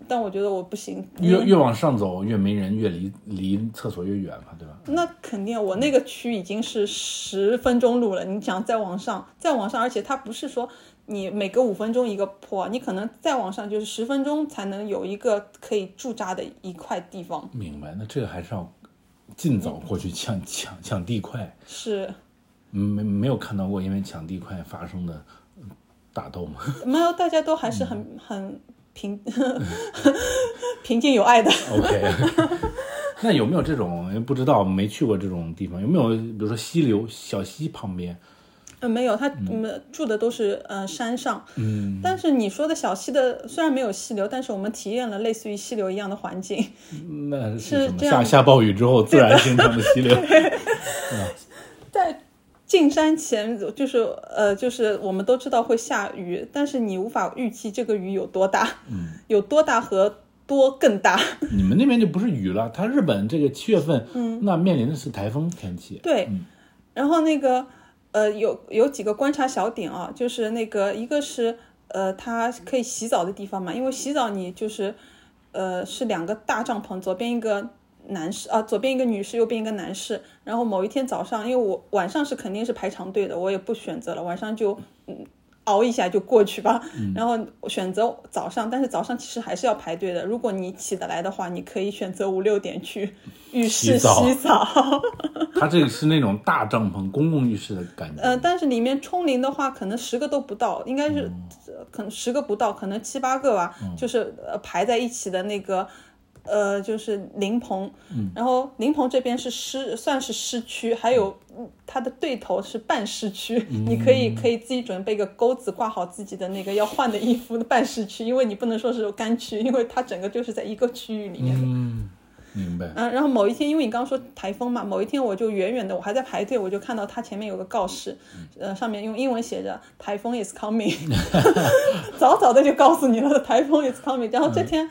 但我觉得我不行，越越往上走越没人，越离离厕所越远嘛，对吧？那肯定，我那个区已经是十分钟路了。你想再往上，再往上，而且它不是说你每隔五分钟一个坡，你可能再往上就是十分钟才能有一个可以驻扎的一块地方。明白。那这个还是要尽早过去抢抢抢地块，是，嗯没没有看到过因为抢地块发生的嗯打斗吗？没有，大家都还是很很平平静有爱的。 OK，那 有没有这种不知道没去过这种地方？有没有比如说溪流小溪旁边？嗯， 没有，他们住的都是呃山上。嗯，但是你说的小溪的虽然没有溪流，但是我们体验了类似于溪流一样的环境。那是什么？这样下的下暴雨之后自然形成的 溪流？在进山前，就是呃，就是我们都知道会下雨，但是你无法预计这个雨有多大，嗯、有多大和多更大。你们那边就不是雨了，它日本这个七月份，嗯，那面临的是台风天气。对，然后那个呃，有有几个观察小点啊，就是那个一个是呃，它可以洗澡的地方嘛，因为洗澡你就是呃是两个大帐篷，左边一个。男士啊，左边一个女士，右边一个男士。然后某一天早上，因为我晚上是肯定是排长队的，我也不选择了，晚上就嗯熬一下就过去吧。嗯 然后我选择早上，但是早上其实还是要排队的。如果你起得来的话，你可以选择五六点去浴室洗澡洗澡它这个是那种大帐篷、公共浴室的感觉。呃，但是里面冲淋的话，可能十个都不到，应该是、呃可能十个不到，可能七八个吧，就是呃排在一起的那个。呃，就是临潼，然后临潼这边是湿，算是湿区，还有嗯它的对头是半湿区， 你可以可以自己准备个钩子，挂好自己的那个要换的衣服的半湿区，因为你不能说是干区，因为它整个就是在一个区域里面的。嗯，明白。嗯，然后某一天，因为你刚刚说台风嘛，某一天我就远远的，我还在排队，我就看到它前面有个告示，嗯呃，上面用英文写着“台风 is coming”，早早的就告诉你了，台风 is coming。然后嗯这天、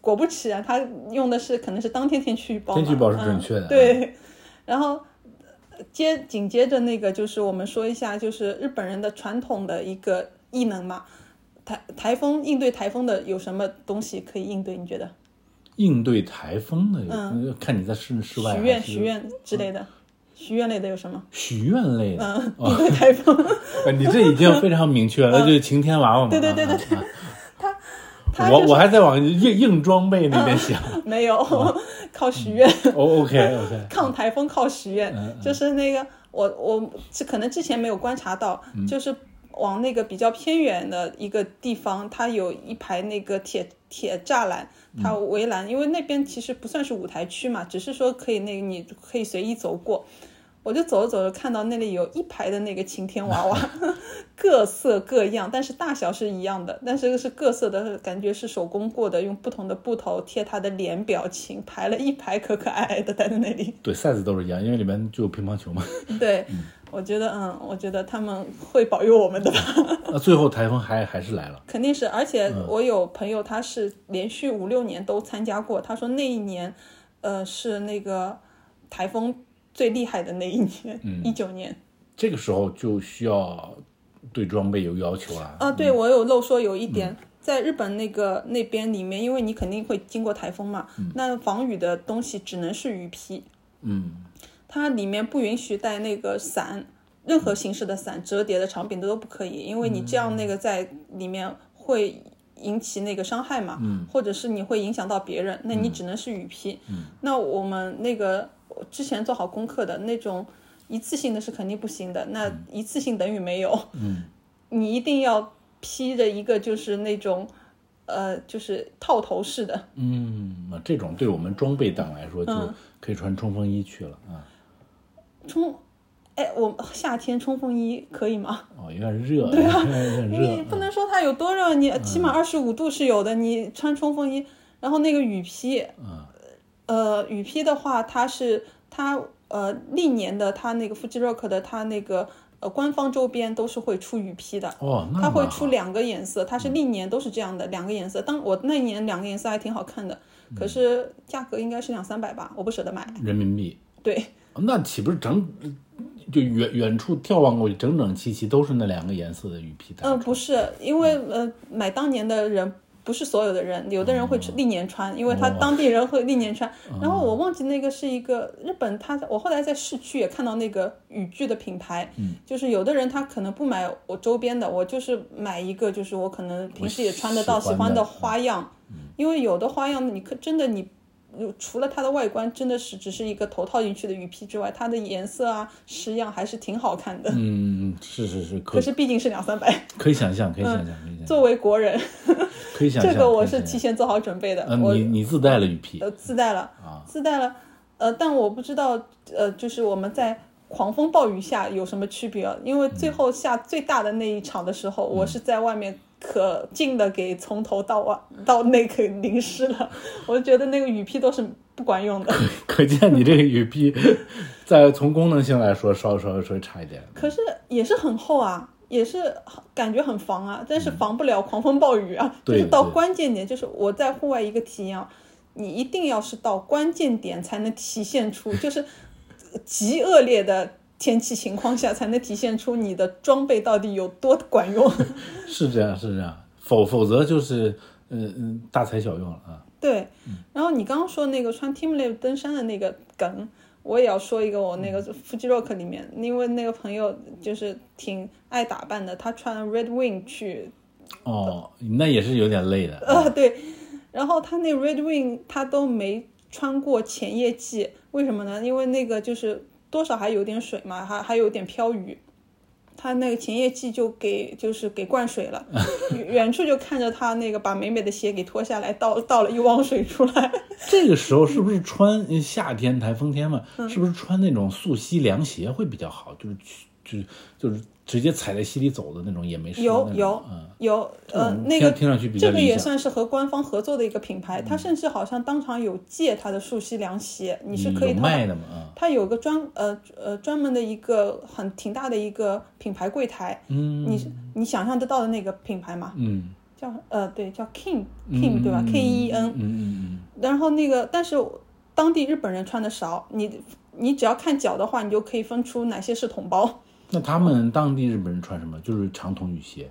果不其然，它用的是可能是当天天气预报嘛，天气预报是准确的嗯、对，然后。呃接紧接着那个就是我们说一下，就是日本人的传统的一个异能嘛，台台风应对台风的有什么东西可以应对？你觉得？应对台风的，看你在室室外嗯许还愿、是嗯许愿之类的，许愿类的有什 么？许愿类的。嗯，应对台风，呃你这已经非常明确 了，就是晴天娃娃嘛。嗯对对对啊对啊他我就是我还在往硬硬装备那边想。没有啊 靠许愿、 O OK OK，抗台风，靠许愿，就是那个我我这可能之前没有观察到，就是往那个比较偏远的一个地方，它有一排那个铁铁栅栏，它围栏，因为那边其实不算是舞台区嘛，只是说可以那个你可以随意走过。我就走着走着，看到那里有一排的那个晴天娃娃， 各色各样，但是大小是一样的，但是是各色的，感觉是手工过的，用不同的布头贴它的脸表情，排了一排可可爱爱的待在那里。 对，size 都是一样，因为里面就有乒乓球嘛。 对，我觉得，嗯，我觉得他们会保佑我们的吧， 那最后台风还还是来了。肯定是。而且我有朋友，他是连续五六年都参加过，他说那一年，呃，是那个台风最厉害的那一年，一九、年。这个时候就需要对装备有要求啊。啊，对我有漏说有一点，在日本那个那边里面，因为你肯定会经过台风嘛，那防雨的东西只能是雨披，嗯，它里面不允许带那个伞，任何形式的伞，折叠的、长柄的都不可以，因为你这样那个在里面会引起那个伤害嘛，或者是你会影响到别人，那你只能是雨披。那我们那个之前做好功课的那种一次性的是肯定不行的，那一次性等于没有，你一定要披着一个就是那种。呃，就是套头式的，嗯，那这种对我们装备党来说，嗯就可以穿冲锋衣去了啊。冲，哎，我夏天冲锋衣可以吗？哦，有点 热，有啊点你热。嗯不能说它有多热，你起码二十五度是有的。你穿冲锋衣，然后那个雨披，嗯呃，雨披的话，它是它呃历年的它那个 Fuji Rock 的它那个呃官方周边都是会出雨披的。哦，那它会蛮好出两个颜色，它是历年都是这样的、两个颜色。当我那一年两个颜色还挺好看的，可是价格应该是两三百吧，我不舍得买。人民币，对，那岂不是整就远远处眺望过去，整整齐齐都是那两个颜色的雨披带？嗯，不是，因为嗯呃，买当年的人不是所有的人，有的人哦会吃历年穿，因为他当地人会历年穿。嗯然后我忘记那个是一个日本他，我后来在市区也看到那个雨具的品牌，嗯就是有的人他可能不买我周边的，我就是买一个，就是我可能平时也穿得到、喜喜欢欢的嗯的花样，嗯因为有的花样你可真的你。除了它的外观真的是只是一个头套进去的雨披之外，它的颜色啊、式样还是挺好看的。嗯，是是是，可可是毕竟是两三百，可以想象，可以想象，可以想象，作为国人，可以想象。这个我可以是想象提前做好准备的，呃，我你你自带了雨披，呃自带了，自带了，呃，但我不知道呃，就是我们在狂风暴雨下有什么区别啊？因为最后下最大的那一场的时候，我是在外面。可劲的给从头到尾到那个淋湿了，我就觉得那个雨披都是不管用的。 可见你这个雨披，在从功能性来说，稍稍微稍微差一点。可是也是很厚啊，也是很感觉很防啊，但是防不了狂风暴雨啊。就对是到对关键点，就是我在户外一个体验啊，你一定要是到关键点才能体现出，就是极恶劣的。天气情况下才能体现出你的装备到底有多管用。是这样，是这样，否否则就是，嗯嗯，大材小用了啊。对，然后你刚刚说那个穿 Teamlab 登山的那个梗，我也要说一个，我那个 Fuji Rock 里面，因为那个朋友就是挺爱打扮的，他穿 Red Wing 去哦，那也是有点累 的。呃，对。然后他那 Red Wing 他都没穿过前夜季，为什么呢？因为那个就是多少还有点水嘛，还还有点飘雨。他那个前夜季就给就是给灌水 了，远远处就看着他那个把美美的鞋给脱下来，倒倒了一汪水出来。这个时候是不是穿呃夏天台风天嘛？嗯是不是穿那种溯溪凉鞋会比较好？就是去就是就是直接踩在溪里走的那种也没事。有那种有嗯，有，呃，嗯那听个听上去比较这个理也想嗯算是和官方合作的一个品牌，他甚至好像当场有借他的溯溪凉鞋，你是可以嗯有淘卖的嘛？啊，它有个专呃呃专门的一个很挺大的一个品牌柜台，嗯你是你想象得到的那个品牌嘛，嗯叫呃对叫 King King 对吧？K E E 嗯 N，嗯然后那个但是当地日本人穿的少，你你只要看脚的话，你就可以分出哪些是同胞。 嗯。那他们当地日本人穿什么？就是长筒雨鞋。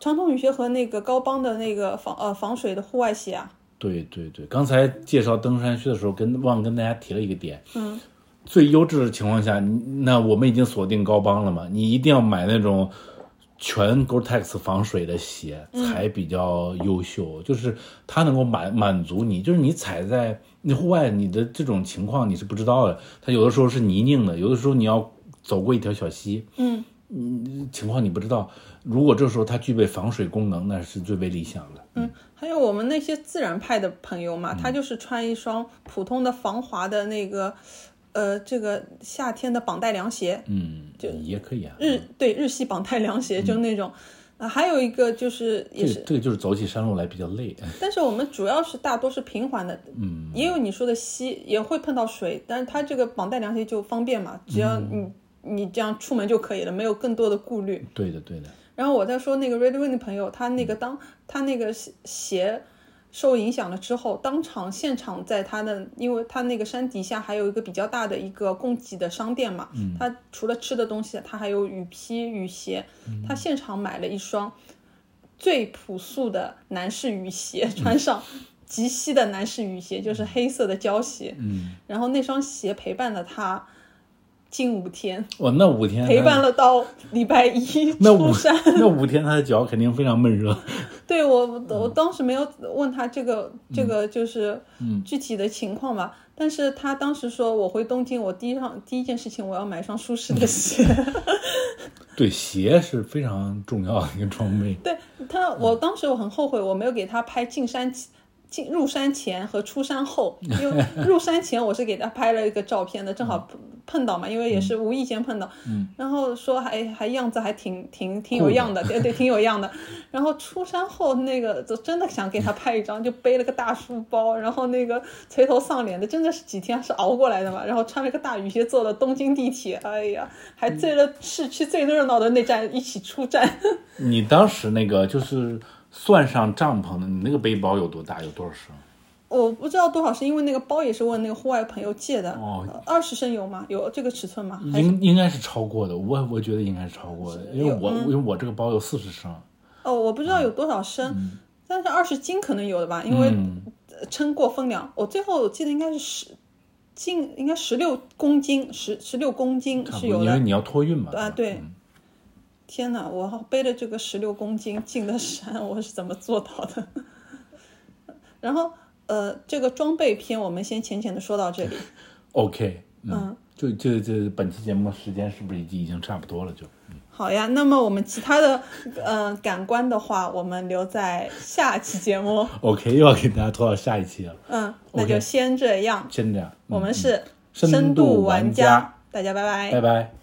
长筒雨鞋和那个高帮的那个防呃防水的户外鞋啊，对对对，刚才介绍登山靴的时候，跟忘跟大家提了一个点，嗯，最优质的情况下，你那我们已经锁定高帮了嘛，你一定要买那种全 Gore-Tex 防水的鞋才比较优秀，就是它能够满满足你，就是你踩在你户外你的这种情况你是不知道的，它有的时候是泥泞的，有的时候你要走过一条小溪，嗯，情况你不知道，如果这时候它具备防水功能，那是最为理想的。嗯，还有我们那些自然派的朋友嗯嘛，他就是穿一双普通的防滑的那个，呃，这个夏天的绑带凉鞋，嗯，也可以啊。日对日系绑带凉鞋，就那种。啊，还有一个就是也嗯这是，个这个就是走起山路来比较累， 但是我们主要是大多是平缓的，嗯，也有你说的溪，也会碰到水，但是它这个绑带凉鞋就方便嘛，只要嗯你、你这样出门就可以了，没有更多的顾虑。对的对的，然后我在说那个 Red Wing 的朋友，他那个当他那个鞋受影响了之后，当场现场在他的，因为他那个山底下还有一个比较大的一个供给的商店嘛，嗯他除了吃的东西，他还有雨披、雨鞋，嗯他现场买了一双最朴素的男士雨鞋，嗯穿上及膝的男士雨鞋，就是黑色的胶鞋，嗯，然后那双鞋陪伴了他近五天，哇，那五天陪伴他了到礼拜一嗯那五出山。 那五天他的脚肯定非常闷热，对我，我我当时没有问他这个、这个就是具体的情况吧，但是他当时说我回东京，我第一上第一件事情我要买一双舒适的鞋。对鞋是非常重要的一个装备。对他，我当时我很后悔，我没有给他拍进山前进入山前和出山后，因为入山前我是给他拍了一个照片的，正好碰碰到嘛，因为也是无意间碰到，然后说还还样子还挺挺挺有样的，对对，挺有样的。然后出山后那个，就真的想给他拍一张，就背了个大书包，然后那个垂头丧脸的，真的是几天是熬过来的嘛。然后穿了个大雨鞋，坐了东京地铁，哎呀，还醉了市区最热闹的那站一起出站。你当时那个就是算上帐篷的，你那个背包有多大？有多少升？我不知道多少是因为那个包也是问那个户外朋友借的哦，二十升有吗？有这个尺寸吗？还是应应该是超过的，我我觉得应该是超过的，因为我、因为我这个包有四十升，哦，我不知道有多少升，但是二十斤可能有的吧，因为嗯呃称过分量。我最后我记得应该是十斤，应该十六公斤，十十六公斤差是不多，有因为的。你嗯要托运嘛。啊，对吧，对。天哪！我背着这个十六公斤进的山，我是怎么做到的？ 然后，呃，这个装备篇我们先浅浅的说到这里。 OK，嗯，就就就本期节目时间是不是已经已经差不多了？就好呀，那么我们其他的，呃，感官的话，我们留在下期节 目。 OK，又要给大家拖到下一期了，嗯，那 OK 就先这样。先这样，嗯我们是深度玩玩家，大家拜拜拜拜。